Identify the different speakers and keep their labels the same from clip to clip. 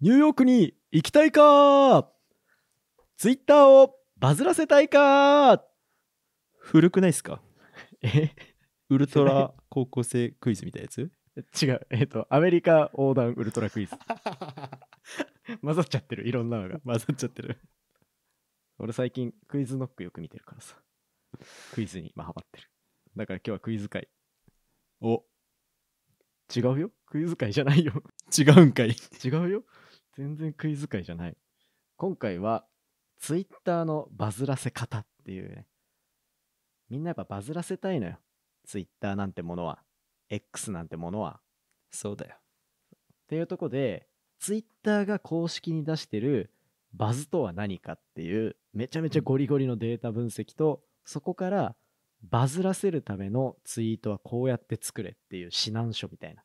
Speaker 1: ニューヨークに行きたいかツイッターをバズらせたいか
Speaker 2: 古くないですか
Speaker 1: え
Speaker 2: ウルトラ高校生クイズみたいなやつ
Speaker 1: 違う。えっ、と、アメリカ横断ウルトラクイズ。混ざっちゃってる、いろんなのが。
Speaker 2: 混ざっちゃってる。
Speaker 1: 俺最近クイズノックよく見てるからさ。クイズに今ハマってる。だから今日はクイズ会。
Speaker 2: お、
Speaker 1: 違うよ。クイズ会じゃないよ。
Speaker 2: 違うんかい。
Speaker 1: 違うよ。全然クイズ会じゃない。今回は、ツイッターのバズらせ方っていうね。みんなやっぱバズらせたいのよ。ツイッターなんてものは、X なんてものは。
Speaker 2: そうだよ。
Speaker 1: っていうとこで、ツイッターが公式に出してるバズとは何かっていう、めちゃめちゃゴリゴリのデータ分析と、そこからバズらせるためのツイートはこうやって作れっていう指南書みたいな、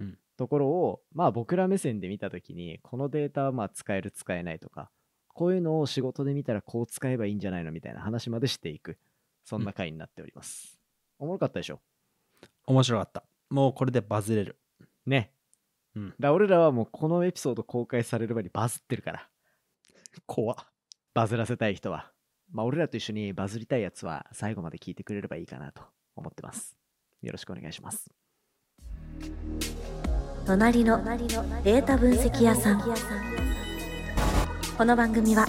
Speaker 2: うん
Speaker 1: ところを、まあ僕ら目線で見たときに、このデータはまあ使える使えないとか、こういうのを仕事で見たらこう使えばいいんじゃないのみたいな話までしていく、そんな回になっております。おもろかったでしょ
Speaker 2: 面白かった。もうこれでバズれる。
Speaker 1: ね。
Speaker 2: うん
Speaker 1: だから俺らはもうこのエピソード公開される前にバズってるから。
Speaker 2: 怖
Speaker 1: バズらせたい人は、まあ、俺らと一緒にバズりたいやつは最後まで聞いてくれればいいかなと思ってます。よろしくお願いします。
Speaker 3: 隣のデータ分析屋さんこの番組は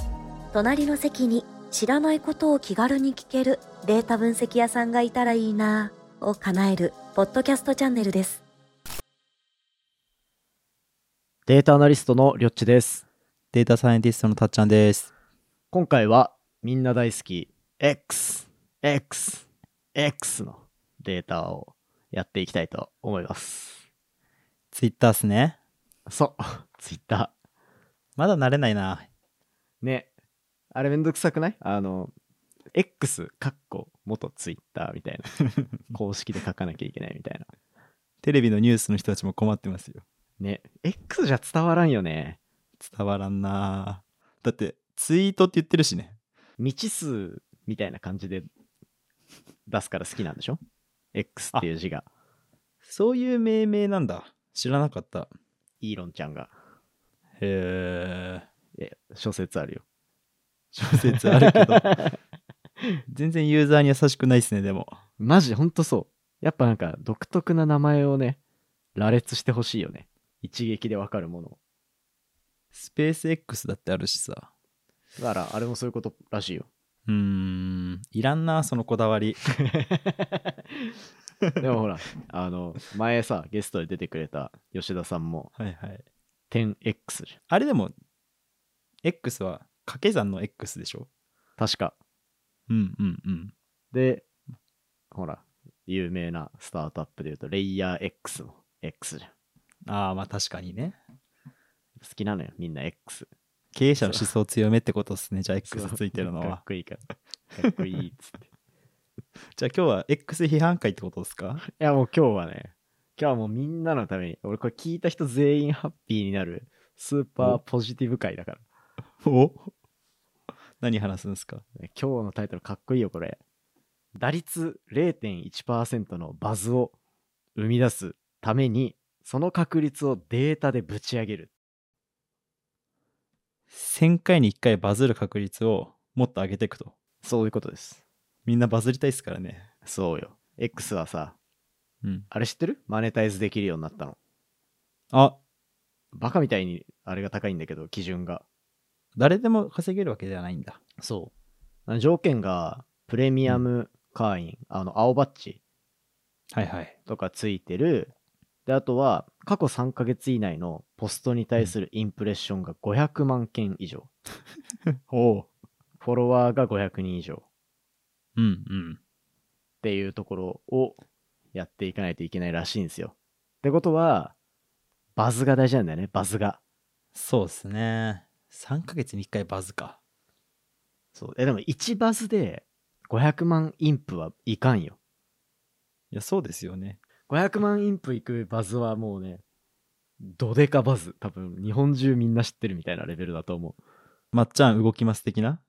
Speaker 3: 隣の席に知らないことを気軽に聞けるデータ分析屋さんがいたらいいなぁを叶えるポッドキャストチャンネルです
Speaker 1: データアナリストのりょっちです。
Speaker 2: データサイエンティストのたっちゃんです。
Speaker 1: 今回はみんな大好き X、X、X のデータをやっていきたいと思います。
Speaker 2: ツイッターっすね。
Speaker 1: そう、 ツイッタ
Speaker 2: まだ慣れないな。
Speaker 1: ー。ね。あれめんどくさくないあの、X、かっこ元ツイッターみたいな。公式で書かなきゃいけないみたいな。
Speaker 2: テレビのニュースの人たちも困ってますよ。
Speaker 1: ね。X じゃ伝わらんよね。
Speaker 2: 伝わらんな。だって、ツイートって言ってるしね。
Speaker 1: 未知数みたいな感じで出すから好きなんでしょ ?X っていう字が、
Speaker 2: そういう命名なんだ。知らなかった。
Speaker 1: イーロンちゃんが。
Speaker 2: へえ。
Speaker 1: いや小説あるよ。
Speaker 2: 諸説あるけど。 全然ユーザーに優しくないっすね、でも。
Speaker 1: マジ、ほんとそう。やっぱなんか独特な名前をね、羅列してほしいよね。一撃でわかるものを。
Speaker 2: スペース X だってあるしさ。
Speaker 1: だから、あれもそういうことらしいよ。
Speaker 2: うーん、いらんな、そのこだわり。
Speaker 1: でもほら、あの、前さ、ゲストで出てくれた吉田さんも、
Speaker 2: はいはい。
Speaker 1: 10X じゃん。
Speaker 2: あれでも、X は掛け算の X でしょ
Speaker 1: 確か。
Speaker 2: うんうんうん。
Speaker 1: で、ほら、有名なスタートアップで言うと、レイヤー X の X じゃん。
Speaker 2: ああ、まあ確かにね。
Speaker 1: 好きなのよ、みんな X。
Speaker 2: 経営者の思想強めってことっすね、 じゃあ X
Speaker 1: そう
Speaker 2: ついてるの
Speaker 1: かっ
Speaker 2: は。
Speaker 1: こいいから。かっこいいっつって。い
Speaker 2: じゃあ今日は X 批判会ってことですか
Speaker 1: やもう今日はね、今日はもうみんなのために、俺これ聞いた人全員ハッピーになるスーパーポジティブ会だから。
Speaker 2: お何話すんですか
Speaker 1: 今日のタイトルかっこいいよ、これ。打率0.1%のバズを生み出すために、その確率をデータでぶち上げる。
Speaker 2: ?1000 回に1回バズる確率をもっと上げていくと。
Speaker 1: そういうことです。
Speaker 2: みんなバズりたいっすからね。
Speaker 1: そうよ。X はさ、
Speaker 2: うん。
Speaker 1: あれ知ってるマネタイズできるようになったの。
Speaker 2: あ、
Speaker 1: バカみたいにあれが高いんだけど、基準が。
Speaker 2: 誰でも稼げるわけではないんだ。
Speaker 1: そう。条件が、プレミアム会員、あの、青バッジ
Speaker 2: はいはい。
Speaker 1: とかついてる。で、あとは、過去3ヶ月以内のポストに対するインプレッションが500万件以上。
Speaker 2: おう。
Speaker 1: フォロワーが500人以上っ
Speaker 2: うんうん。
Speaker 1: ていうところをやっていかないといけないらしいんですよ。ってことは、バズが大事なんだよね、バズが。
Speaker 2: そうですね。3ヶ月に1回バズか。
Speaker 1: そう。え、でも1バズで500万インプはいかんよ。
Speaker 2: いや、そうですよね。
Speaker 1: 500万インプいくバズはもうね、どでかバズ。多分、日本中みんな知ってるみたいなレベルだと思う。
Speaker 2: まっちゃん動きます的な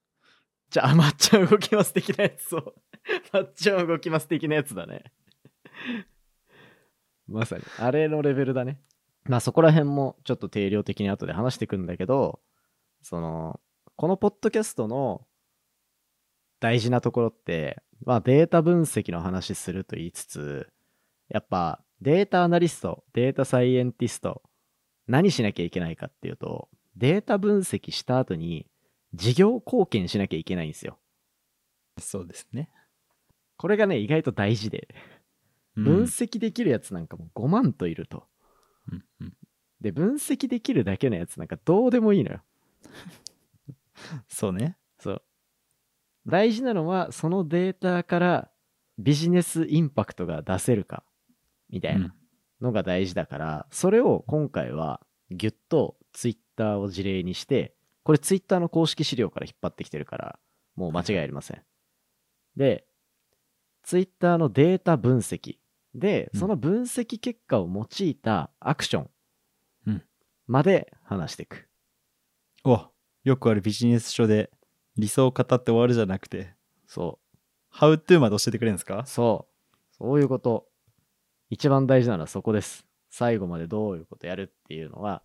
Speaker 1: じゃあ、まっちゃん動きます的なやつを。 まっちゃん動 きます的なやつだね。まさに、あれのレベルだね。まあそこら辺もちょっと定量的に後で話していくんだけど、その、このポッドキャストの大事なところって、まあデータ分析の話すると言いつつ、やっぱデータアナリスト、データサイエンティスト、何しなきゃいけないかっていうと、データ分析した後に事業貢献しなきゃいけないんですよ。
Speaker 2: そうですね。
Speaker 1: これがね、意外と大事で、
Speaker 2: うん
Speaker 1: 分析できるやつなんかもう5万といると。
Speaker 2: うんうん
Speaker 1: で、分析できるだけのやつなんかどうでもいいのよ。
Speaker 2: そうね。
Speaker 1: そう。大事なのは、そのデータからビジネスインパクトが出せるか、みたいなのが大事だから、それを今回はギュッとツイッターを事例にして、これツイッターの公式資料から引っ張ってきてるから、もう間違いありません。で、ツイッターのデータ分析で、
Speaker 2: うん
Speaker 1: その分析結果を用いたアクション
Speaker 2: うん
Speaker 1: まで話していく。
Speaker 2: うんおよくあるビジネス書で理想を語って終わるじゃなくて、
Speaker 1: そう。
Speaker 2: ハウトゥーまで教えてくれるんですか
Speaker 1: そう。そういうこと。一番大事なのはそこです。最後までどういうことやるっていうのは、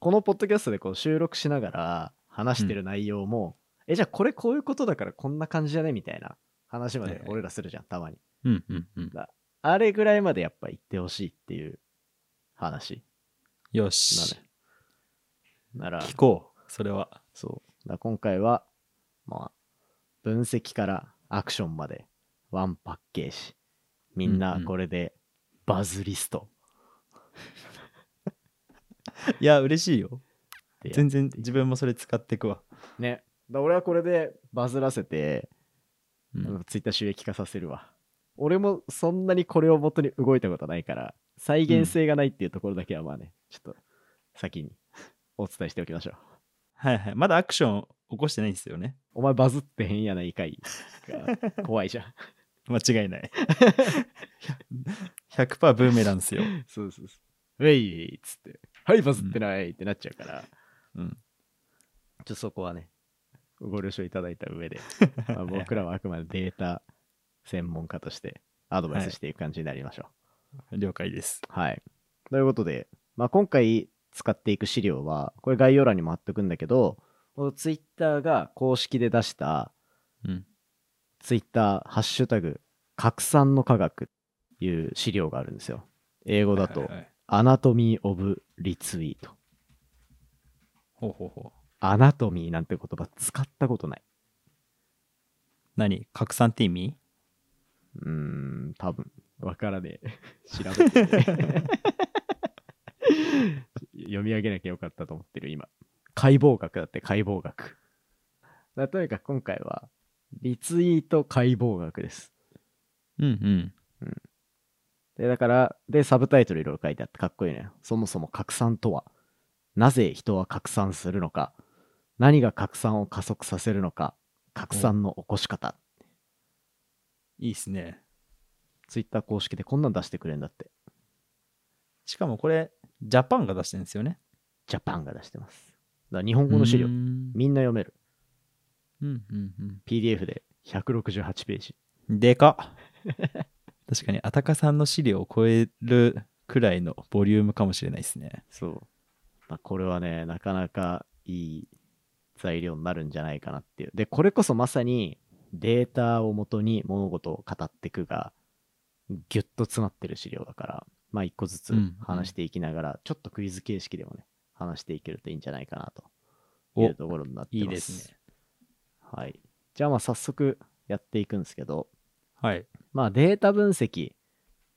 Speaker 1: このポッドキャストでこう収録しながら話してる内容も、え、じゃあこれこういうことだからこんな感じじゃねみたいな話ま
Speaker 2: はい
Speaker 1: で
Speaker 2: はい
Speaker 1: 俺らするじゃん、たまに。
Speaker 2: うんうんうん。
Speaker 1: あれぐらいまでやっぱ言ってほしいっていう話
Speaker 2: よ
Speaker 1: な
Speaker 2: し。
Speaker 1: ね。なら、
Speaker 2: 聞こう。それは。
Speaker 1: そう。だから今回は、まあ、分析からアクションまで、ワンパッケージ。みん
Speaker 2: うん
Speaker 1: な
Speaker 2: うん
Speaker 1: これで、バズリスト
Speaker 2: いや、嬉しいよ。
Speaker 1: ってや
Speaker 2: 全然自分もそれ使ってくわ。
Speaker 1: ね。だから俺はこれでバズらせて、
Speaker 2: うん
Speaker 1: ツイッター収益化させるわ。俺もそんなにこれを元に動いたことないから、再現性がないっていうところだけはまあね、ちょっと先にお伝えしておきましょう。
Speaker 2: はいはい。まだアクション起こしてないんですよね。
Speaker 1: お前バズってへんやないかいが怖いじゃん。
Speaker 2: 間違い ない。100%ブーメランですよ。
Speaker 1: そうそうそう。ウェイウェイっつって、はい、バズってないってなっちゃうから、
Speaker 2: うん。
Speaker 1: ちょっとそこはね、ご了承いただいた上で、 まあ僕らはあくまでデータ専門家としてアドバイスしていく感じになりましょ
Speaker 2: 了解です。
Speaker 1: う。はい。ということで、まあ、今回使っていく資料は、これ概要欄にも貼っとくんだけど、このツイッターが公式で出した、
Speaker 2: うん。
Speaker 1: ツイッター、ハッシュタグ、拡散の科学っていう資料があるんですよ。英語だ
Speaker 2: は
Speaker 1: と
Speaker 2: い、はい
Speaker 1: アナトミー・オブ・リツイート。
Speaker 2: ほうほうほう。
Speaker 1: アナトミーなんて言葉使ったことない。
Speaker 2: 何拡散って意味
Speaker 1: うーん、多分わからねえ。 調べてね読み上げなきゃよかったと思ってる、今。解剖学だって、解剖学。だとにかく今回は、リツイート解剖学です。
Speaker 2: うんうん。
Speaker 1: で、だから、で、サブタイトルいろいろ書いてあって、かっこいいね。そもそも拡散とは、なぜ人は拡散するのか、何が拡散を加速させるのか、拡散の起こし方。
Speaker 2: いいっすね。
Speaker 1: ツイッター公式でこんなん出してくれるんだって。
Speaker 2: しかもこれ、ジャパンが出してるんですよね。
Speaker 1: ジャパンが出してます。だから日本語の資料
Speaker 2: うー、ん
Speaker 1: みんな読める。
Speaker 2: うんうん。
Speaker 1: PDF で168ページ。
Speaker 2: うん。でかっ確かに、あたかさんの資料を超えるくらいのボリュームかもしれないですね。
Speaker 1: そう。まあ、これはね、なかなかいい材料になるんじゃないかなっていう。で、これこそまさにデータをもとに物事を語っていくが、ぎゅっと詰まってる資料だから、まあ一個ずつ
Speaker 2: うんうん
Speaker 1: 話していきながら、ちょっとクイズ形式でもね、話していけるといいんじゃないかなと
Speaker 2: お
Speaker 1: いうところになってま
Speaker 2: い
Speaker 1: す。
Speaker 2: いですね。
Speaker 1: はい。じゃあまあ早速やっていくんですけど、
Speaker 2: はい。
Speaker 1: まあデータ分析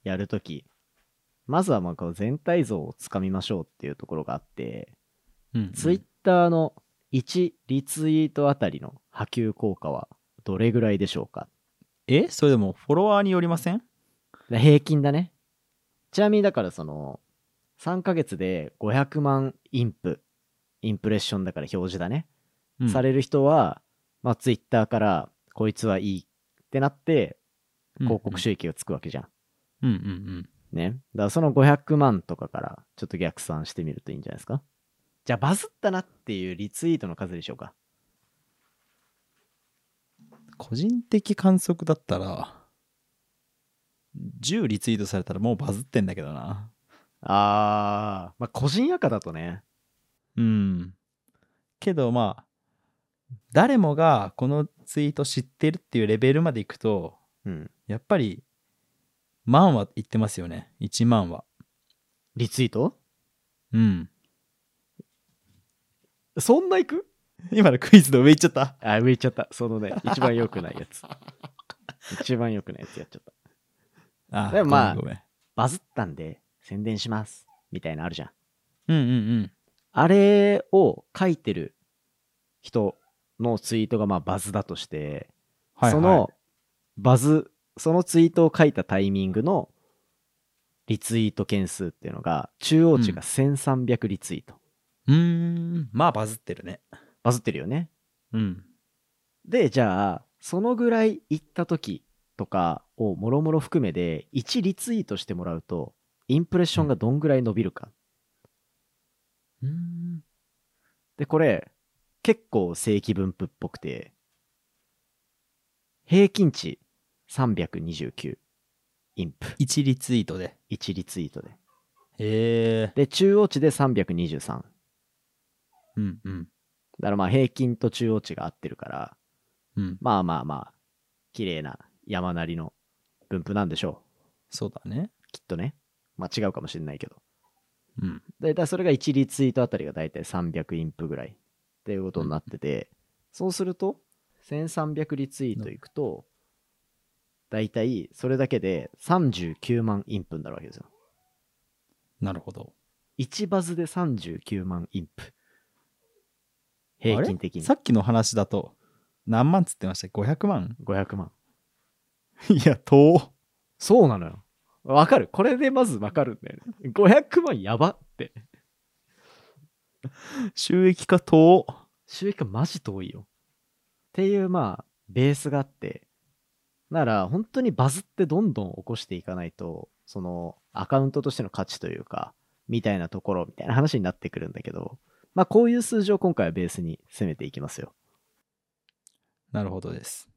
Speaker 1: やるとき、まずはまあこの全体像をつかみましょうっていうところがあって、
Speaker 2: うんうん
Speaker 1: ツイッターの1リツイートあたりの波及効果はどれぐらいでしょうか
Speaker 2: えそれでもフォロワーによりません
Speaker 1: だ平均だね。ちなみにだからその、3ヶ月で500万インプ、インプレッションだから表示だね。される人は、まあツイッターからこいつはいいってなって広告収益がつくわけじゃん。
Speaker 2: うんうんうん。
Speaker 1: ね。だからその500万とかからちょっと逆算してみるといいんじゃないですか。じゃあバズったなっていうリツイートの数でしょうか。
Speaker 2: 個人的観測だったら10リツイートされたらもうバズってんだけどな
Speaker 1: あー、まあ、個人赤だとね。
Speaker 2: うん。けどまあ、誰もがこのツイート知ってるっていうレベルまでいくと、
Speaker 1: うん。
Speaker 2: やっぱり、万は言ってますよね。1万は。
Speaker 1: リツイート
Speaker 2: うん。
Speaker 1: そんな行く
Speaker 2: 今のクイズの上行っちゃった。
Speaker 1: あ、上行っちゃった。そのね、一番良くないやつ。一番良くないやつやっちゃった。
Speaker 2: あ
Speaker 1: でもまあ
Speaker 2: ごめん
Speaker 1: バズったんで宣伝します。みたいなのあるじゃん。
Speaker 2: ごめん。うんうんうん。
Speaker 1: あれを書いてる人のツイートがまあバズだとして、
Speaker 2: はいはい
Speaker 1: その、バズ、そのツイートを書いたタイミングのリツイート件数っていうのが、中央値が1300リツイート。
Speaker 2: うーん。まあバズってるね。
Speaker 1: バズってるよね。
Speaker 2: うん。
Speaker 1: で、じゃあ、そのぐらい行った時とかをもろもろ含めで、1リツイートしてもらうと、インプレッションがどんぐらい伸びるか。
Speaker 2: うーん。
Speaker 1: で、これ、結構正規分布っぽくて、平均値329インプ、
Speaker 2: 一リツイートで。
Speaker 1: 1リツイートで。
Speaker 2: へえ。
Speaker 1: で、中央値で323。だか
Speaker 2: うんうん。
Speaker 1: らまあ平均と中央値が合ってるから、
Speaker 2: うん。
Speaker 1: まあまあまあ、綺麗な山なりの分布なんでしょ
Speaker 2: そうだね。
Speaker 1: う。きっとね。まあ違うかもしれないけど。
Speaker 2: うん。
Speaker 1: だいたいそれが1リツイートあたりがだいたい300インプぐらいっていうことになってて、そうすると1300リツイートいくと、だいたいそれだけで39万インプになるわけですよ。
Speaker 2: なるほど。
Speaker 1: 1バズで39万インプ。
Speaker 2: あ
Speaker 1: 平
Speaker 2: れ
Speaker 1: 均的に
Speaker 2: さっきの話だと、何万つってました ?500 万
Speaker 1: 500万。
Speaker 2: いや、遠。
Speaker 1: そうなのよ。わかる。これでまずわかるんだよね。500万やばって。
Speaker 2: 収益化遠。
Speaker 1: 収益がマジ遠いよ。っていうまあベースがあってなら本当にバズってどんどん起こしていかないとそのアカウントとしての価値というかみたいなところみたいな話になってくるんだけどまあこういう数字を今回はベースに攻めていきますよ。
Speaker 2: なるほどです。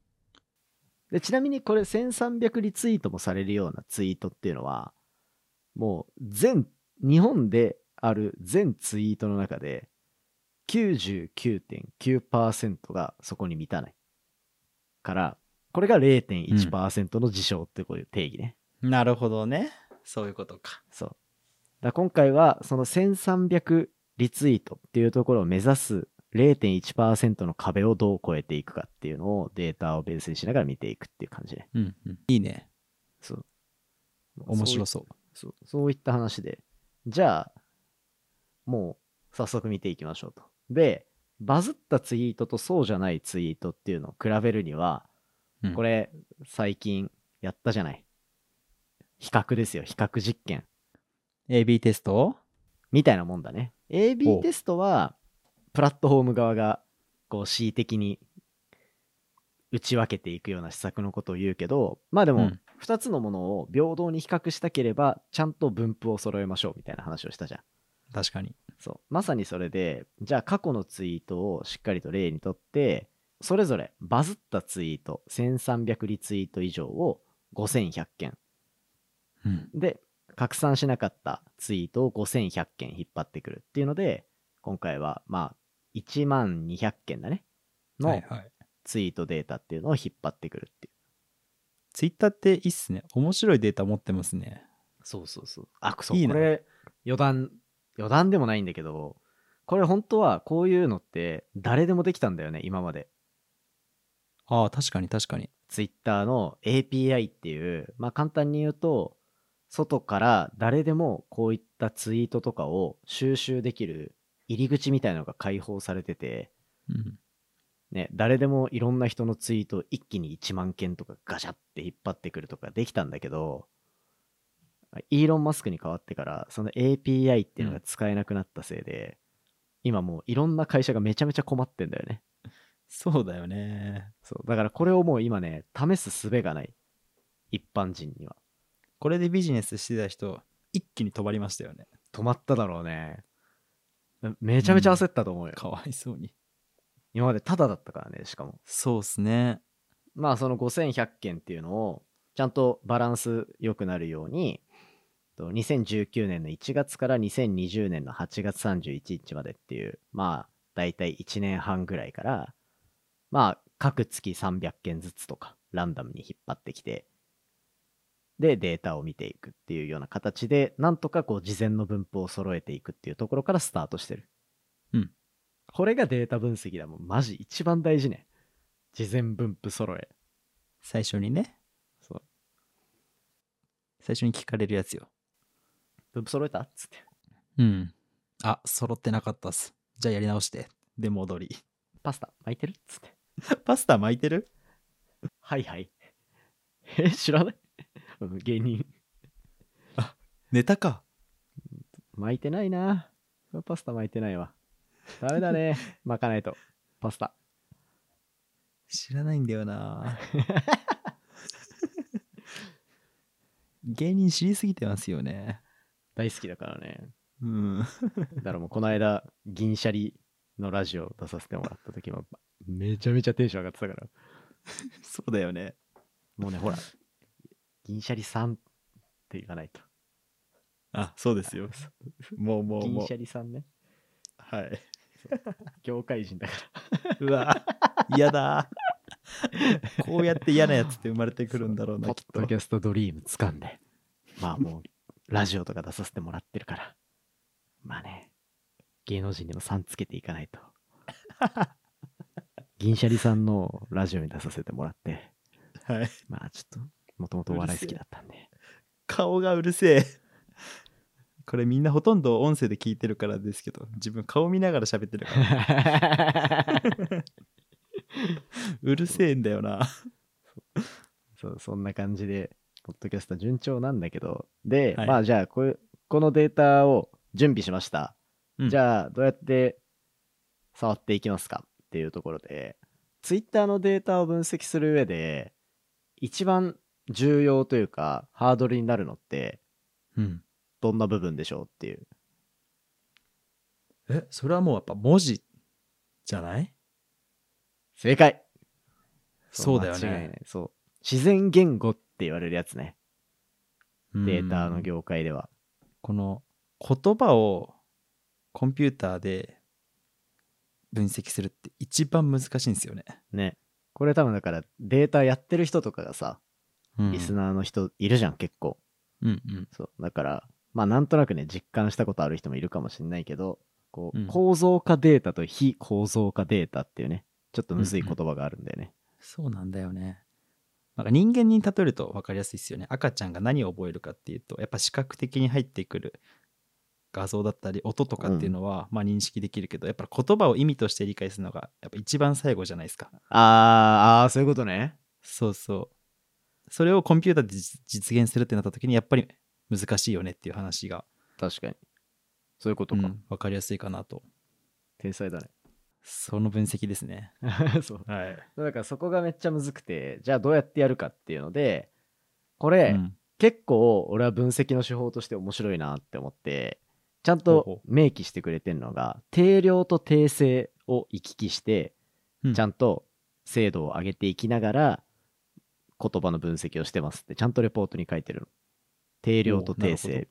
Speaker 1: でちなみにこれ1300リツイートもされるようなツイートっていうのはもう全日本である全ツイートの中で99.9%がそこに満たないからこれが0.1%の事象ってこういう定義ね、
Speaker 2: なるほどね。そういうことか。
Speaker 1: そうだから今回はその1300リツイートっていうところを目指す0.1%の壁をどう超えていくかっていうのをデータをベースにしながら見ていくっていう感じね
Speaker 2: うん、うん。いいね。
Speaker 1: そう
Speaker 2: 面白
Speaker 1: そ
Speaker 2: そう。
Speaker 1: うそうそういった話でじゃあもう早速見ていきましょうとでバズったツイートとそうじゃないツイートっていうのを比べるには、
Speaker 2: うん
Speaker 1: これ最近やったじゃない比較ですよ比較実験
Speaker 2: AB テスト
Speaker 1: みたいなもんだね
Speaker 2: ほ
Speaker 1: AB
Speaker 2: う
Speaker 1: テストはプラットフォーム側がこう恣意的に打ち分けていくような施策のことを言うけどまあで
Speaker 2: う
Speaker 1: も
Speaker 2: ん
Speaker 1: 2つのものを平等に比較したければちゃんと分布を揃えましょうみたいな話をしたじゃん
Speaker 2: 確かに。
Speaker 1: そうまさにそれでじゃあ過去のツイートをしっかりと例にとってそれぞれバズったツイート1300リツイート以上を5100件
Speaker 2: うん。
Speaker 1: で拡散しなかったツイートを5100件引っ張ってくるっていうので今回はまあ1万200件だね
Speaker 2: はい
Speaker 1: の
Speaker 2: はい。
Speaker 1: ツイートデータっていうのを引っ張ってくるっていう、
Speaker 2: ツイッターっていいっすね。面白いデータ持ってますね。
Speaker 1: そうそうそうあそう
Speaker 2: いいな
Speaker 1: これ余談余談でもないんだけどこれ本当はこういうのって誰でもできたんだよね今まで
Speaker 2: ああ、確かに確かに。
Speaker 1: ツイッターの API っていうまあ簡単に言うと外から誰でもこういったツイートとかを収集できる入り口みたいなのが開放されてて
Speaker 2: うん。
Speaker 1: ね、誰でもいろんな人のツイートを一気に1万件とかガシャって引っ張ってくるとかできたんだけど、イーロン・マスクに代わってから、その API っていうのが使えなくなったせいで、今もういろんな会社がめちゃめちゃ困ってんだよね。
Speaker 2: そうだよね。
Speaker 1: そう。だからこれをもう今ね、試す術がない。一般人には。
Speaker 2: これでビジネスしてた人、一気に止まりましたよね。
Speaker 1: 止まっただろうね。めちゃめちゃ焦ったと思うよ。
Speaker 2: かわいそうに。
Speaker 1: 今までタダだったからね、しかも。
Speaker 2: そうっすね。
Speaker 1: まあその5100件っていうのをちゃんとバランス良くなるようにと、2019年の1月から2020年の8月31日までっていう、まあ、大体1年半ぐらいから、まあ、各月300件ずつとか、ランダムに引っ張ってきて、で、データを見ていくっていうような形で、なんとかこう、事前の分布を揃えていくっていうところからスタートしてる。
Speaker 2: うん。
Speaker 1: これがデータ分析だもん。マジ一番大事ね。事前分布揃え。
Speaker 2: 最初にね
Speaker 1: そう。
Speaker 2: 最初に聞かれるやつよ
Speaker 1: 分布揃えたっつって。
Speaker 2: うんあ揃ってなかったっすじゃあやり直してで戻り
Speaker 1: パスタ巻いてるっつって。
Speaker 2: パスタ巻いてる
Speaker 1: はいはい。え、知らないうん芸人。
Speaker 2: ネタか
Speaker 1: 巻いてないな。パスタ巻いてないわ。ダメだ ね。巻かないと。パスタ。
Speaker 2: 知らないんだよ な芸人知りすぎてますよね
Speaker 1: 大好きだからね。
Speaker 2: うん
Speaker 1: だからもうこの間、銀シャリのラジオ出させてもらった時も、めちゃめちゃテンション上がってたから。
Speaker 2: そうだよね
Speaker 1: もうね、ほら、銀シャリさんって言わないと。
Speaker 2: あそうですよもうもう
Speaker 1: 銀
Speaker 2: もう
Speaker 1: シャリさんね。
Speaker 2: はい
Speaker 1: 業界人だから。
Speaker 2: うわ嫌だ こうやって嫌なやつって生まれてくるんだろう
Speaker 1: ポ
Speaker 2: な
Speaker 1: ッ
Speaker 2: きっ
Speaker 1: ド
Speaker 2: と
Speaker 1: キャストドリーム掴んで。まあもう、ラジオとか出させてもらってるから。まあね、芸能人にも3つけてい かないと。銀シャリさんのラジオに出させてもらって、
Speaker 2: はい
Speaker 1: まあちょっと、もともとお笑い好きだったんで。
Speaker 2: 顔がうるせえこれみんなほとんど音声で聞いてるからですけど自分顔見ながら喋ってる からうるせえんだよな
Speaker 1: そうそんな感じで、ポッドキャスト順調なんだけど、で、
Speaker 2: はい
Speaker 1: まあじゃあこう、このデータを準備しました。
Speaker 2: うん
Speaker 1: じゃあ、どうやって触っていきますかっていうところで、Twitter のデータを分析する上で、一番重要というか、ハードルになるのって、
Speaker 2: うん
Speaker 1: どんな部分でしょうっていう。
Speaker 2: えそれはもうやっぱ文字じゃない
Speaker 1: 正解
Speaker 2: そうだよ
Speaker 1: 間違いな
Speaker 2: ね
Speaker 1: いそう。自然言語って言われるやつね。
Speaker 2: うん
Speaker 1: データの業界では。
Speaker 2: この言葉をコンピューターで分析するって一番難しいんですよね、
Speaker 1: ね。これ多分だから、データやってる人とかがさ、
Speaker 2: うん、
Speaker 1: リスナーの人いるじゃん、結構。
Speaker 2: うんうん
Speaker 1: そう。だから、まあなんとなくね、実感したことある人もいるかもしれないけど、こう、
Speaker 2: うん
Speaker 1: 構造化データと非構造化データっていうね、ちょっとむずい言葉があるんだよね。
Speaker 2: そうなんだよねなんか人間に例えると分かりやすいですよね赤ちゃんが何を覚えるかっていうとやっぱ視覚的に入ってくる画像だったり音とかっていうのは、まあ認識できるけどやっぱり言葉を意味として理解するのがやっぱ一番最後じゃないですか
Speaker 1: あー、あーそういうことね。
Speaker 2: そうそうそれをコンピューターで実実現するってなった時にやっぱり難しいよねっていう話が
Speaker 1: 確かに。そういうこと
Speaker 2: と
Speaker 1: か。
Speaker 2: か、分かりやすいかなと
Speaker 1: 天才だね。
Speaker 2: その分析ですね
Speaker 1: そう。
Speaker 2: はい、
Speaker 1: だからそこがめっちゃむずくて、じゃあどうやってやるかっていうので、これ、結構俺は分析の手法として面白いなって思ってちゃ
Speaker 2: ほ
Speaker 1: ん
Speaker 2: う
Speaker 1: と
Speaker 2: ほ
Speaker 1: 明記してくれてるのが定量と定性を行き来して
Speaker 2: うん
Speaker 1: ちゃんと精度を上げていきながら言葉の分析をしてますってちゃんとレポートに書いてるの定量と定
Speaker 2: おうな
Speaker 1: 性
Speaker 2: る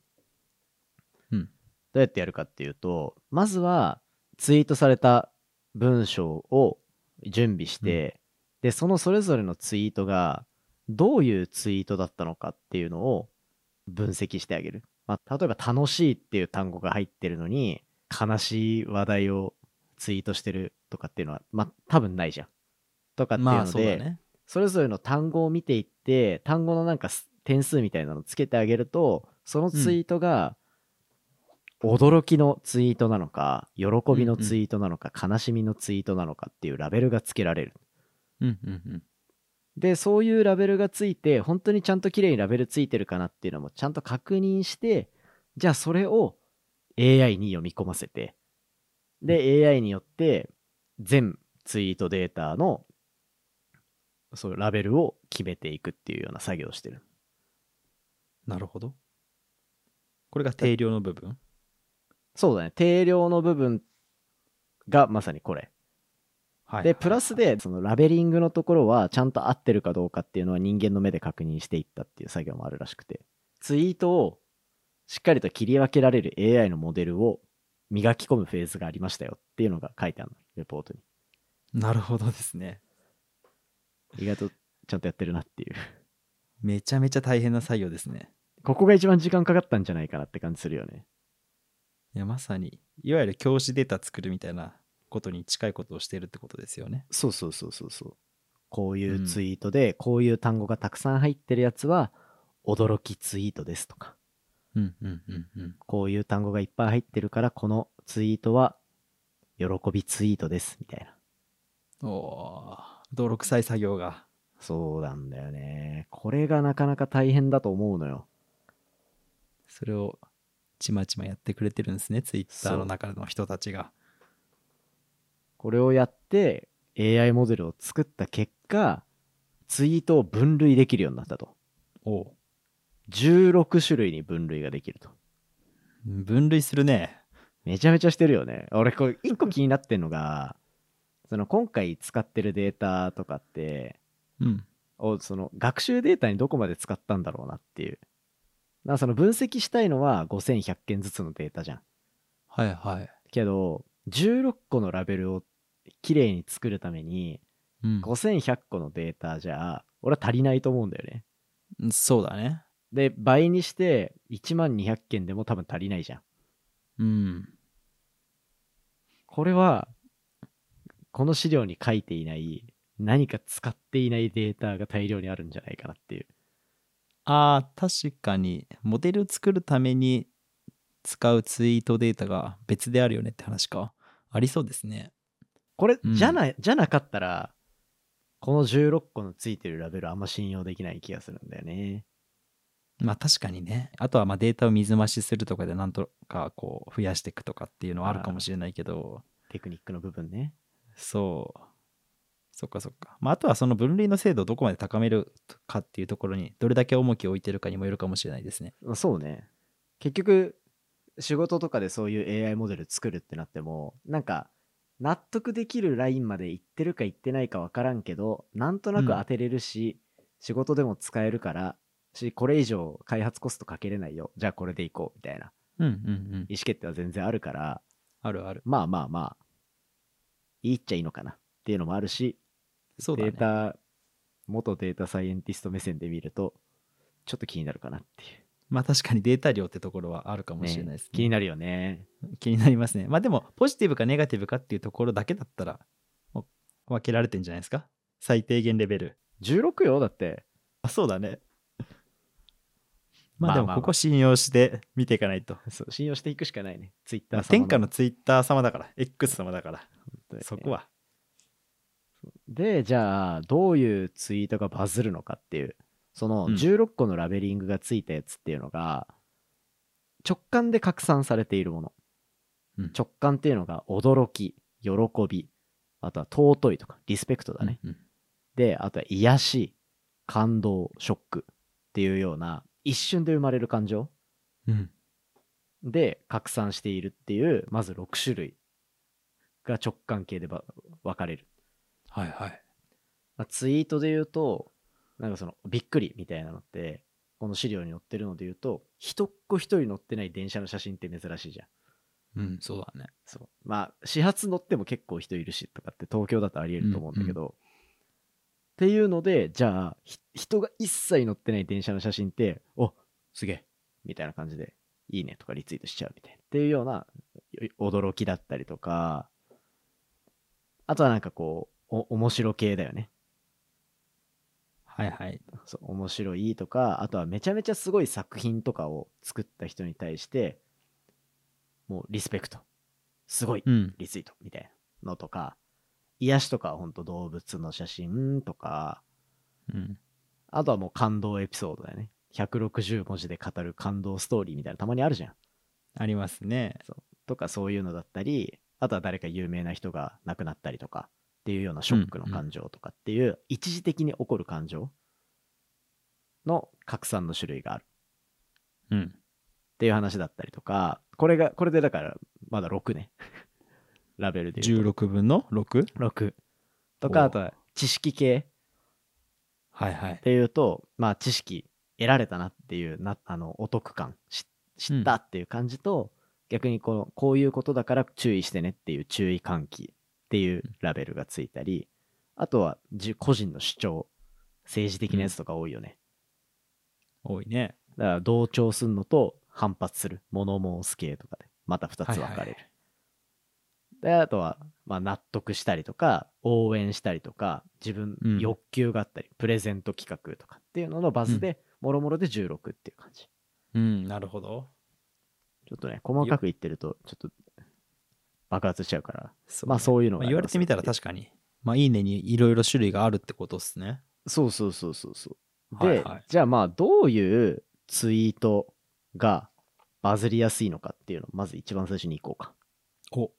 Speaker 2: うん
Speaker 1: どうやってやるかっていうとまずはツイートされた文章を準備して、でそのそれぞれのツイートがどういうツイートだったのかっていうのを分析してあげる、まあ、例えば「楽しい」っていう単語が入ってるのに悲しい話題をツイートしてるとかっていうのはまあ多分ないじゃんとかっていうので、
Speaker 2: まあそうだね
Speaker 1: それぞれの単語を見ていって単語のなんかす点数みたいなのつけてあげるとそのツイートが驚きのツイートなのか喜びのツイートなのか、悲しみのツイートなのかっていうラベルがつけられる
Speaker 2: うんうんうん
Speaker 1: でそういうラベルがついて本当にちゃんと綺麗にラベルついてるかなっていうのもちゃんと確認してじゃあそれを AI に読み込ませてで、AI によって全ツイートデータのそうラベルを決めていくっていうような作業をしてる
Speaker 2: なるほどこれが定量の部分
Speaker 1: そうだね定量の部分がまさにこれ
Speaker 2: はい
Speaker 1: でプラスでそのラベリングのところはちゃんと合ってるかどうかっていうのは人間の目で確認していったっていう作業もあるらしくてツイートをしっかりと切り分けられる AI のモデルを磨き込むフェーズがありましたよっていうのが書いてあるの、レポートに。
Speaker 2: なるほどですね。
Speaker 1: 意外とちゃんとやってるなっていう。
Speaker 2: めちゃめちゃ大変な作業ですね。
Speaker 1: ここが一番時間かかったんじゃないかなって感じするよね。
Speaker 2: いや、まさに、いわゆる教師データ作るみたいなことに近いことをしてるってことですよね。
Speaker 1: そうそうそうそうそう。こういうツイートで、こういう単語がたくさん入ってるやつは、驚きツイートですとか、
Speaker 2: うんうんうんうん。
Speaker 1: こういう単語がいっぱい入ってるから、このツイートは、喜びツイートですみたいな。
Speaker 2: おー、泥臭い作業が。
Speaker 1: そうなんだよね。これがなかなか大変だと思うのよ。
Speaker 2: それをちまちまやってくれてるんですね、ツイッターの中の人たちが。
Speaker 1: これをやって AI モデルを作った結果、ツイートを分類できるようになったと。
Speaker 2: おう
Speaker 1: 16種類に分類ができると。
Speaker 2: 分類するね。
Speaker 1: めちゃめちゃしてるよね。俺、これ、一個気になってんのが、その今回使ってるデータとかって、
Speaker 2: うん。
Speaker 1: をその学習データにどこまで使ったんだろうなっていう。なその分析したいのは5100件ずつのデータじゃん。
Speaker 2: はいはい。
Speaker 1: けど、16個のラベルをきれいに作るために、
Speaker 2: うん
Speaker 1: 5100個のデータじゃ、俺は足りないと思うんだよね。
Speaker 2: うんそうだね。
Speaker 1: で、倍にして1万200件でも多分足りないじゃん。
Speaker 2: うん。
Speaker 1: これは、この資料に書いていない、何か使っていないデータが大量にあるんじゃないかなっていう。
Speaker 2: ああ、確かに、モデルを作るために使うツイートデータが別であるよねって話か。ありそうですね。
Speaker 1: これ、
Speaker 2: うん
Speaker 1: じゃない、じゃなかったら、この16個のついてるラベルあんま信用できない気がするんだよね。
Speaker 2: まあ確かにね。あとはまあデータを水増しするとかでなんとかこう増やしていくとかっていうのはあるかもしれないけど、
Speaker 1: テクニックの部分ね。
Speaker 2: そう。そっかそっか。まああとはその分類の精度をどこまで高めるかっていうところにどれだけ重きを置いてるかにもよるかもしれないですね。
Speaker 1: まあそうね。結局、仕事とかでそういう AI モデル作るってなっても、なんか、納得できるラインまで行ってるか行ってないか分からんけど、なんとなく当てれるし、仕事でも使えるから、し、これ以上開発コストかけれないよ。じゃあこれでいこう、みたいな。
Speaker 2: うんうんうん。
Speaker 1: 意思決定は全然あるから、
Speaker 2: あるある。
Speaker 1: まあまあまあ、いいっちゃいいのかなっていうのもあるし、
Speaker 2: そうだ
Speaker 1: デ
Speaker 2: ね。
Speaker 1: ータ、元データサイエンティスト目線で見ると、ちょっと気になるかなっていう。
Speaker 2: まあ確かにデータ量ってところはあるかもしれないです
Speaker 1: 気になるよね。
Speaker 2: 気になりますね。まあでも、ポジティブかネガティブかっていうところだけだったら、もう分けられてんじゃないですか最低限レベル。
Speaker 1: 16よだって
Speaker 2: あ、そうだね。ま
Speaker 1: ま
Speaker 2: あ
Speaker 1: あ
Speaker 2: で
Speaker 1: ま
Speaker 2: も、
Speaker 1: あ
Speaker 2: ここ信用して見ていかないと。
Speaker 1: そう信用していくしかないねツイッタ
Speaker 2: ま
Speaker 1: ー
Speaker 2: あ天下のツイッター様だから、X 様だから、そこ
Speaker 1: は
Speaker 2: は。
Speaker 1: でじゃあどういうツイートがバズるのかっていうその
Speaker 2: うん
Speaker 1: 16個のラベリングがついたやつっていうのが直感で拡散されているもの、
Speaker 2: うん
Speaker 1: 直感っていうのが驚き喜びあとは尊いとかリスペクトだね、
Speaker 2: うん
Speaker 1: で、あとは癒し、感動、ショックっていうような一瞬で生まれる感情
Speaker 2: うん。
Speaker 1: で拡散しているっていう、まず6種類が直感系でば分かれる。
Speaker 2: はいはい。
Speaker 1: まあ、ツイートで言うと、なんかそのびっくりみたいなのって、この資料に載ってるので言うと、一っ子一人乗ってない電車の写真って珍しいじゃん。
Speaker 2: うん、そうだね。
Speaker 1: そう。まあ、始発乗っても結構人いるしとかって東京だとありえると思うんだけど、っていうので、じゃあ、ひ人が一切乗ってない電車の写真って、おすげえみたいな感じで、いいねとかリツイートしちゃうみたいな。っていうようなよ驚きだったりとか、あとはなんかこう、お面白系だよね。
Speaker 2: はいはい。
Speaker 1: そう面白いとかあとはめちゃめちゃすごい作品とかを作った人に対してもうリスペクトすごい
Speaker 2: うん。
Speaker 1: リツイートみたいなのとか癒しとかはほんと動物の写真とか
Speaker 2: うん。
Speaker 1: あとはもう感動エピソードだよね160文字で語る感動ストーリーみたいなたまにあるじゃん
Speaker 2: ありますね。
Speaker 1: とかそういうのだったりあとは誰か有名な人が亡くなったりとかっていうようなショックの感情とかっていう一時的に起こる感情の拡散の種類がある
Speaker 2: うん。
Speaker 1: っていう話だったりとか、これが、これでだから、まだ6ね。 ラベルで言う
Speaker 2: 16分の 6?
Speaker 1: と。6。と
Speaker 2: お
Speaker 1: か、
Speaker 2: う
Speaker 1: あとは知識系
Speaker 2: はいはい
Speaker 1: っ。ていうと、まあ知識得られたなっていうな、あの、お得感、し知ったっていう感じと、逆にこのこういうことだから注意してねっていう注意喚起っていうラベルがついたりあとはじ個人の主張政治的なやつとか多いよね、
Speaker 2: 多いね。
Speaker 1: だから同調するのと反発する物申す系とかでまた2つ分かれる、
Speaker 2: はいはい
Speaker 1: であとは、まあ、納得したりとか応援したりとか自分
Speaker 2: うん
Speaker 1: 欲求があったり、プレゼント企画とかっていうののバズで、もろもろで16っていう感じ
Speaker 2: うん、なるほど。
Speaker 1: ちょっとね細かく言ってるとちょっと爆発しちゃうから
Speaker 2: そう
Speaker 1: まあそういうの
Speaker 2: ま
Speaker 1: が
Speaker 2: あ言われてみたら
Speaker 1: か
Speaker 2: 確かに。まあいいねにいろいろ種類があるってことですね。
Speaker 1: そうそうそうそうそうで、
Speaker 2: はいはい
Speaker 1: じゃあまあどういうツイートがバズりやすいのかっていうのをまず一番最初に行こうか
Speaker 2: お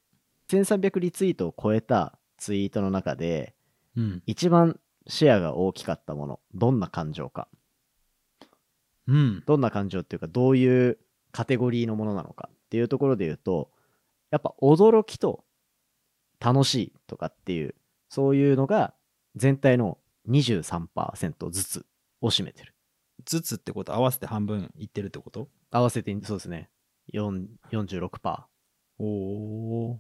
Speaker 1: 1300リツイートを超えたツイートの中で
Speaker 2: うん。
Speaker 1: 一番シェアが大きかったものどんな感情か
Speaker 2: うん。
Speaker 1: どんな感情っていうかどういうカテゴリーのものなのかっていうところで言うとやっぱ驚きと楽しいとかっていうそういうのが全体の23%ずつを占めてる
Speaker 2: ずつってこと合わせて半分いってるってこと
Speaker 1: 合わせてそうですね4 46%
Speaker 2: おお。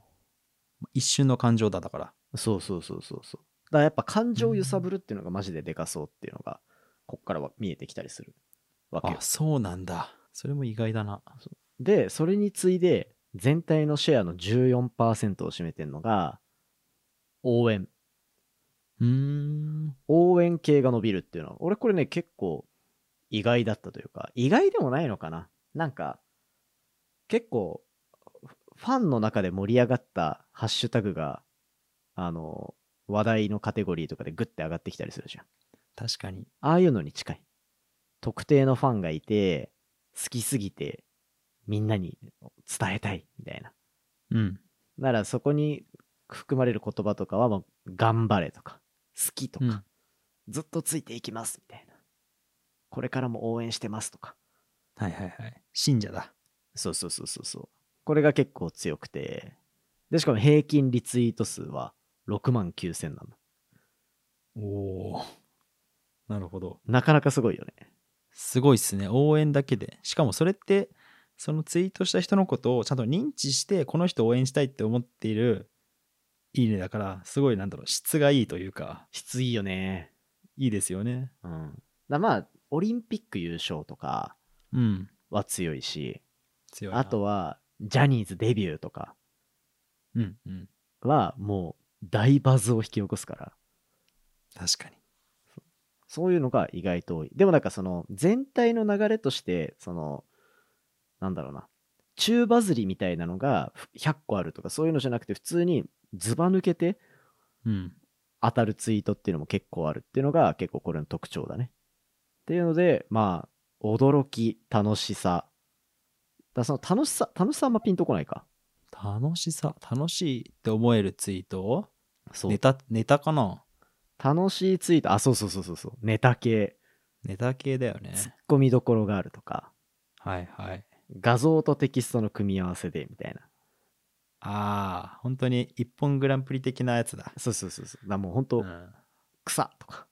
Speaker 2: 一瞬の感情だだから。
Speaker 1: そうそうそうそうそうだからやっぱ感情を揺さぶるっていうのがマジででかそうっていうのがこっからは見えてきたりするわけよ
Speaker 2: あ、そうなんだ。それも意外だな。
Speaker 1: でそれに次いで全体のシェアの14%を占めてるのが応援
Speaker 2: うーん。
Speaker 1: 応援系が伸びるっていうのは俺これね結構意外だったというか意外でもないのかななんか結構フファンの中で盛り上がったハッシュタグがあの話題のカテゴリーとかでグッて上がってきたりするじゃん
Speaker 2: 確かに。
Speaker 1: ああいうのに近い特定のファンがいて好きすぎてみんなに伝えたいみたいな
Speaker 2: うん。
Speaker 1: ならそこに含まれる言葉とかはもう「頑張れ」とか「好き」とか、
Speaker 2: うん
Speaker 1: ずっとついていきます」みたいな「これからも応援してます」とか
Speaker 2: はいはいはい。信者だ。
Speaker 1: そうそうそうそうそうこれが結構強くてでしかも平均リツイート数は6万9000なんだ
Speaker 2: おお。なるほど。
Speaker 1: なかなかすごいよね
Speaker 2: すごいっすね。応援だけで。しかもそれって、そのツイートした人のことをちゃんと認知して、この人応援したいって思っている、いいねだから、すごいなんだろう、質がいいというか、
Speaker 1: 質いいよね
Speaker 2: いいですよね。
Speaker 1: うんだまあオリンピック優勝とか
Speaker 2: うん。
Speaker 1: は強いし
Speaker 2: 強いな。
Speaker 1: あとはジャニーズデビューとか
Speaker 2: うんうん。
Speaker 1: はもう大バズを引き起こすから
Speaker 2: 確かに。
Speaker 1: そういうのが意外と多い。でもなんかその全体の流れとして、その、なんだろうな、中バズりみたいなのがふ100個あるとかそういうのじゃなくて、普通にずば抜けて
Speaker 2: うん。
Speaker 1: 当たるツイートっていうのも結構あるっていうのが結構これの特徴だね。っていうので、まあ、驚き、楽しさ。だからその楽しさ、楽しさあんまピンとこないか。
Speaker 2: 楽しさ、楽しいって思えるツイートを、
Speaker 1: そう
Speaker 2: ネ。タ、ネタかな
Speaker 1: 楽しいツイート、あ、そうそうそうそうそう、ネタ系、
Speaker 2: ネタ系だよね。
Speaker 1: ツッコミどころがあるとか、
Speaker 2: はいはい。
Speaker 1: 画像とテキストの組み合わせでみたいな。
Speaker 2: ああ、本当に一本グランプリ的なやつだ。
Speaker 1: そうそうそうそう。だからもう本当、
Speaker 2: ん。
Speaker 1: 草とか、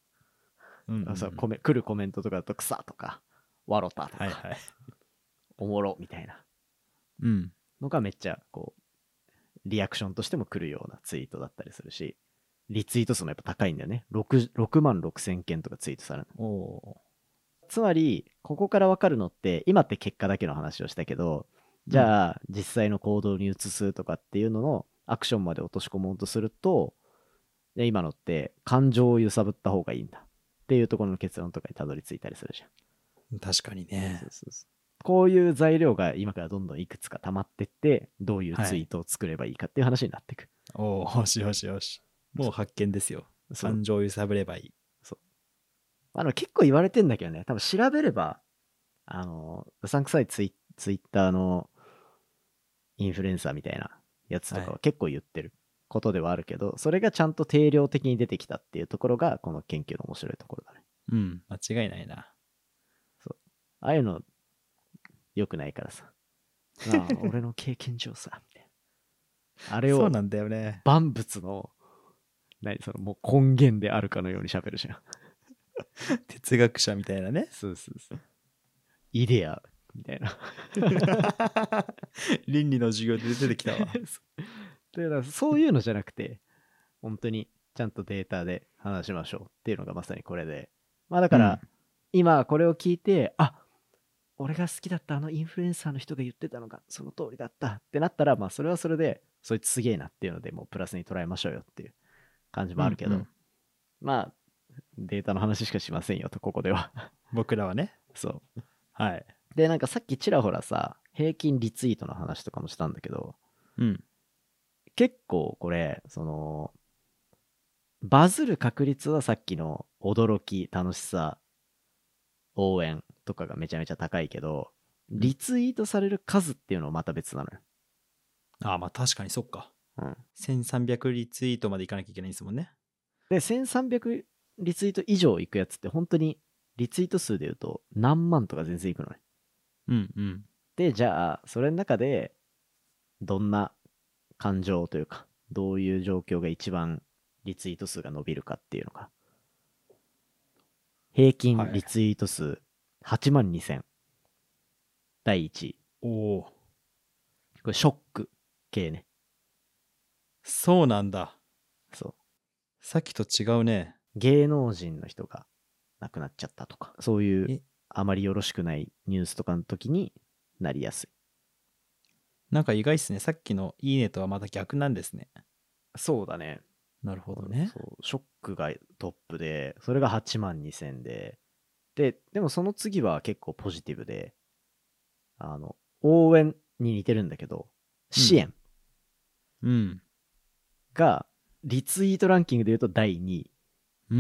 Speaker 2: うん
Speaker 1: あそうコメ来るコメントとかだと草とか、わろたとか、
Speaker 2: はいはい。
Speaker 1: おもろみたいな
Speaker 2: うん。
Speaker 1: のがめっちゃこう、リアクションとしても来るようなツイートだったりするし、リツイート数もやっぱ高いんだよね。6, 6万6千件とかツイートされる。
Speaker 2: おお
Speaker 1: つまり、ここからわかるのって、今って結果だけの話をしたけど、じゃあ、実際の行動に移すとかっていうののアクションまで落とし込もうとすると、で今のって感情を揺さぶった方がいいんだっていうところの結論とかにたどり着いたりするじゃん。
Speaker 2: ー。確かにね
Speaker 1: そう。そうそうこういう材料が今からどんどんいくつか溜まってってどういうツイートを作ればいいかっていう話になっていく、
Speaker 2: おお、よしよしよし。もう発見ですよ。
Speaker 1: そう
Speaker 2: 感情を揺さぶればいい。
Speaker 1: あの結構言われてんだけどね多分調べればあのうさんくさいツイツイッターのインフルエンサーみたいなやつとか
Speaker 2: は
Speaker 1: は結構言ってることではあるけど、それがちゃんと定量的に出てきたっていうところがこの研究の面白いところだね
Speaker 2: うん、間違いないな。
Speaker 1: ああいうの良くないからさ まあ俺の経験上さみたいなあれ
Speaker 2: そ
Speaker 1: を
Speaker 2: うなんだよね。
Speaker 1: 万物の何そのもう根源であるかのように喋るじゃん。
Speaker 2: 哲学者みたいなね。
Speaker 1: そうそうそう。イデアみたいな。
Speaker 2: 倫理の授業で出てきたわ。
Speaker 1: そうだからそういうのじゃなくて、本当にちゃんとデータで話しましょうっていうのがまさにこれで。まあだから、今これを聞いて、あ俺が好きだったあのインフルエンサーの人が言ってたのがその通りだったってなったら、まあそれはそれで、そいつすげえなっていうので、もうプラスに捉えましょうよっていう感じもあるけど、
Speaker 2: うんうん
Speaker 1: まあデータの話しかしませんよと、ここでは。
Speaker 2: 僕らはね。
Speaker 1: そう。
Speaker 2: はい。
Speaker 1: で、なんかさっきちらほらさ、平均リツイートの話とかもしたんだけど、
Speaker 2: うん。
Speaker 1: 結構これ、その、バズる確率はさっきの驚き、楽しさ、応援とかがめちゃめちゃ高いけど、リツイートされる数っていうのはまた別なのよ。
Speaker 2: ああ、まあ確かにそっか。
Speaker 1: うん
Speaker 2: 1300リツイートまでいかなきゃいけないんですもんね。
Speaker 1: で、1300リツイート以上いくやつって本当にリツイート数で言うと何万とか全然いくのね。
Speaker 2: うんうん。
Speaker 1: で、じゃあ、それの中で、どんな感情というか、どういう状況が一番リツイート数が伸びるかっていうのが、平均
Speaker 2: はい
Speaker 1: リツイート数8万2000。第1位。
Speaker 2: おお。
Speaker 1: これ、ショック系ね。
Speaker 2: そうなんだ。
Speaker 1: そう。
Speaker 2: さっきと違うね。
Speaker 1: 芸能人の人が亡くなっちゃったとか、そういう
Speaker 2: え
Speaker 1: あまりよろしくないニュースとかの時になりやすい。
Speaker 2: なんか意外っすね。さっきのいいねとはまた逆なんですね。
Speaker 1: そうだね。
Speaker 2: なるほどね。
Speaker 1: そうショックがトップでそれが8万2000でででもその次は結構ポジティブであの応援に似てるんだけど支援
Speaker 2: うん。
Speaker 1: がリツイートランキングで言うと第2位
Speaker 2: うー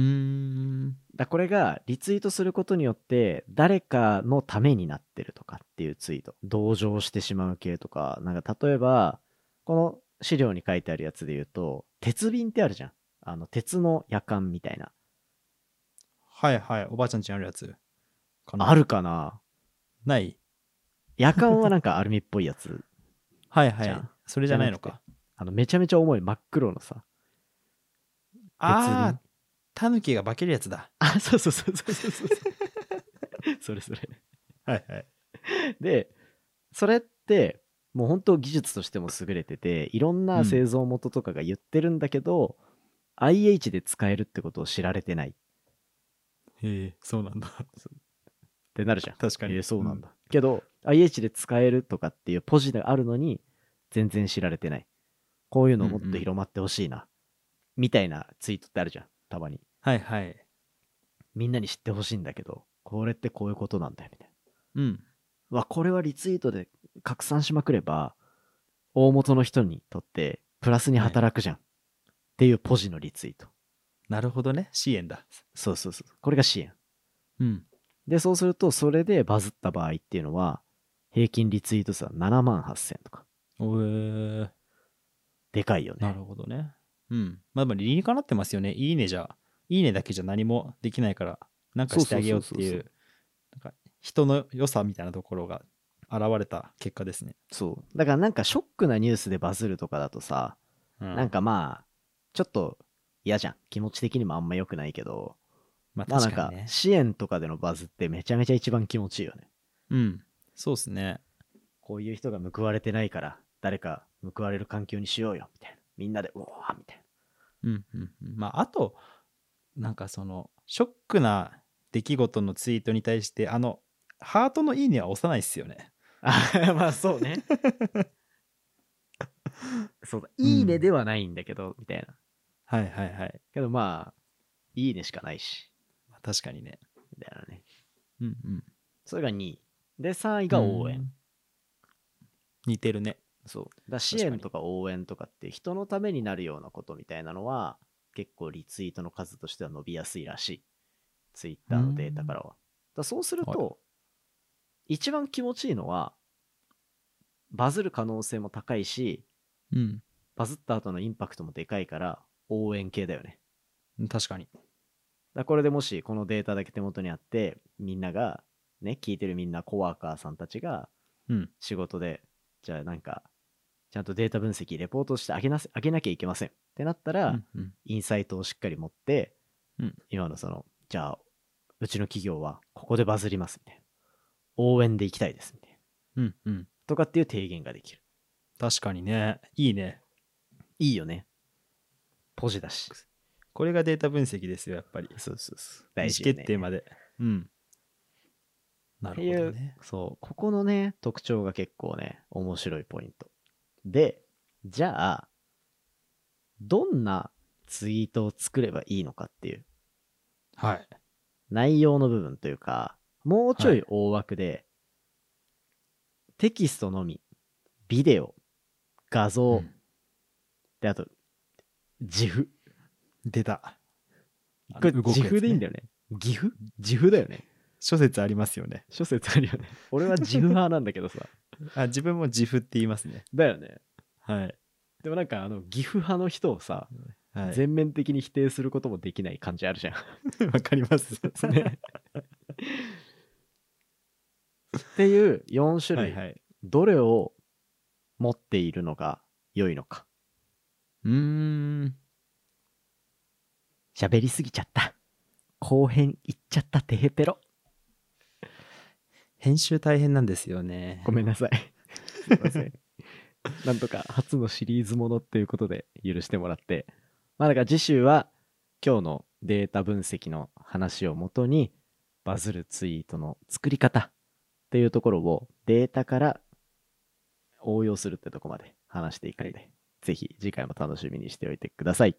Speaker 2: ん。
Speaker 1: だこれがリツイートすることによって誰かのためになってるとかっていうツイート同情してしまう系とかなんか例えばこの資料に書いてあるやつで言うと鉄瓶ってあるじゃんあの鉄の夜間みたいな
Speaker 2: はいはい。おばあちゃんちにあるやつ。かな
Speaker 1: あるかな
Speaker 2: ない
Speaker 1: 夜間はなんかアルミっぽいやつ。
Speaker 2: はいは
Speaker 1: じゃ
Speaker 2: い
Speaker 1: あ。
Speaker 2: それじゃないのか。
Speaker 1: あの、めちゃめちゃ重い真っ黒のさ。
Speaker 2: ああ、
Speaker 1: 鉄
Speaker 2: タヌキが化けるやつだ。
Speaker 1: あ、そうそうそうそうそうそう。 それそれ。
Speaker 2: はいはい。
Speaker 1: で、それって、もう本当技術としても優れてて、いろんな製造元とかが言ってるんだけど、IH で使えるってことを知られてないっ
Speaker 2: へえ、そうなんだ。
Speaker 1: てなるじゃん。
Speaker 2: 確かに。
Speaker 1: えーそうなんだ。。けど、IH で使えるとかっていうポジがあるのに、全然知られてない。こういうのもっと広まってほしいな、みたいなツイートってあるじゃん、たまに。
Speaker 2: はいはい。
Speaker 1: みんなに知ってほしいんだけど、これってこういうことなんだよ、みたい
Speaker 2: うん。
Speaker 1: な。わ、これはリツイートで拡散しまくれば、大元の人にとってプラスに働くじゃん。っていうポジのリツイート。
Speaker 2: なるほどね。支援だ。
Speaker 1: そうそうそう。これが支援。
Speaker 2: うん。
Speaker 1: で、そうすると、それでバズった場合っていうのは、平均リツイート数は7万8000とか。
Speaker 2: おえ
Speaker 1: でかいよ
Speaker 2: な
Speaker 1: ね
Speaker 2: る。ほどね。うん。まあ、まあ理にかなってますよね。いいねじゃ、いいねだけじゃ何もできないから、なんかしてあげようって
Speaker 1: そうそう
Speaker 2: い
Speaker 1: そう
Speaker 2: う、なんか人の良さみたいなところが現れた結果ですね。
Speaker 1: そう。だからなんかショックなニュースでバズるとかだとさ、
Speaker 2: な
Speaker 1: なん、かまあ、ちょっと嫌じゃん。気持ち的にもあんま良くないけど、
Speaker 2: まあ
Speaker 1: まあな
Speaker 2: 確
Speaker 1: ん
Speaker 2: か
Speaker 1: か
Speaker 2: にね。
Speaker 1: 支援とかでのバズってめちゃめちゃ一番気持ちいいよね。
Speaker 2: うん。そうですね。
Speaker 1: こういう人が報われてないから、誰か報われる環境にしようよ、みたいな。みんなで、うわーみたいな。
Speaker 2: うんうんうん。まあ、あと、なんかその、ショックな出来事のツイートに対して、あの、ハートのいいねは押さないっすよね。
Speaker 1: あ まあそうね。そうだ、いいねではないんだけど、みたいな。
Speaker 2: はいはいはい。
Speaker 1: けどまあ、いいねしかないし、
Speaker 2: まあ確かにね。
Speaker 1: みたいなね。
Speaker 2: うんうん。
Speaker 1: それが2位。で、3位が応援。
Speaker 2: うん。似てるね。
Speaker 1: そう。だ支援とか応援とかって人のためになるようなことみたいなのは、結構リツイートの数としては伸びやすいらしい。ツイッターのデータからは。だそうすると、
Speaker 2: は
Speaker 1: 一番気持ちいいのは、バズる可能性も高いし、
Speaker 2: うん。
Speaker 1: バズった後のインパクトもでかいから、応援系だよね。
Speaker 2: 確かに。
Speaker 1: だこれでもしこのデータだけ手元にあって、みんなが、ね、聞いてるみんなコワーカーさんたちが、
Speaker 2: うん。
Speaker 1: 仕事で、じゃあなんか、ちゃんとデータ分析、レポートしてあげなせあげなきゃいけませんってなったら、
Speaker 2: うんうん
Speaker 1: インサイトをしっかり持って、
Speaker 2: うん
Speaker 1: 今のその、じゃあ、うちの企業はここでバズりますみたいな。応援で行きたいですみたい
Speaker 2: うんうん。
Speaker 1: とかっていう提言ができる。
Speaker 2: 確かにね。いいね。
Speaker 1: いいよね。ポジだし。
Speaker 2: これがデータ分析ですよ、やっぱり。
Speaker 1: そうそうそう。
Speaker 2: 意
Speaker 1: 大
Speaker 2: 思
Speaker 1: 事よ
Speaker 2: 決
Speaker 1: ね。
Speaker 2: 定まで。うん。な
Speaker 1: っ
Speaker 2: る
Speaker 1: てい
Speaker 2: ほど
Speaker 1: う、
Speaker 2: ね。
Speaker 1: そう、ここのね、特徴が結構ね、面白いポイント。で、じゃあ、どんなツイートを作ればいいのかっていう、
Speaker 2: はい。
Speaker 1: 内容の部分というか、もうちょ
Speaker 2: はい
Speaker 1: い大枠で、テキストのみ、ビデオ、画像、
Speaker 2: うん
Speaker 1: で、あと、自負。
Speaker 2: 出た。
Speaker 1: これ、自負でいいんだ
Speaker 2: よ。
Speaker 1: よね。岐阜自負だよね。
Speaker 2: 諸説ありますよね。
Speaker 1: 諸説あるよ ね。俺は自負派なんだけどさ。
Speaker 2: あ、自分も自負って言いますね。
Speaker 1: だよね。
Speaker 2: はい。
Speaker 1: でもなんか、あの、岐阜派の人をさ、
Speaker 2: はい。
Speaker 1: 全面的に否定することもできない感じあるじゃん。
Speaker 2: わかります。
Speaker 1: ねっていう4種
Speaker 2: は
Speaker 1: 類、
Speaker 2: いはい。
Speaker 1: どれを持っているのが良いのか。
Speaker 2: うーん。
Speaker 1: 喋りすぎちゃった。後編いっちゃったテヘペロ。
Speaker 2: 編集大変なんですよね。
Speaker 1: ごめんなさい。すいません。なんとか初のシリーズものっていうことで許してもらって。まあだから次週は今日のデータ分析の話をもとにバズるツイートの作り方っていうところをデータから応用するってとこまで話していくので、ぜひ次回も楽しみにしておいてください。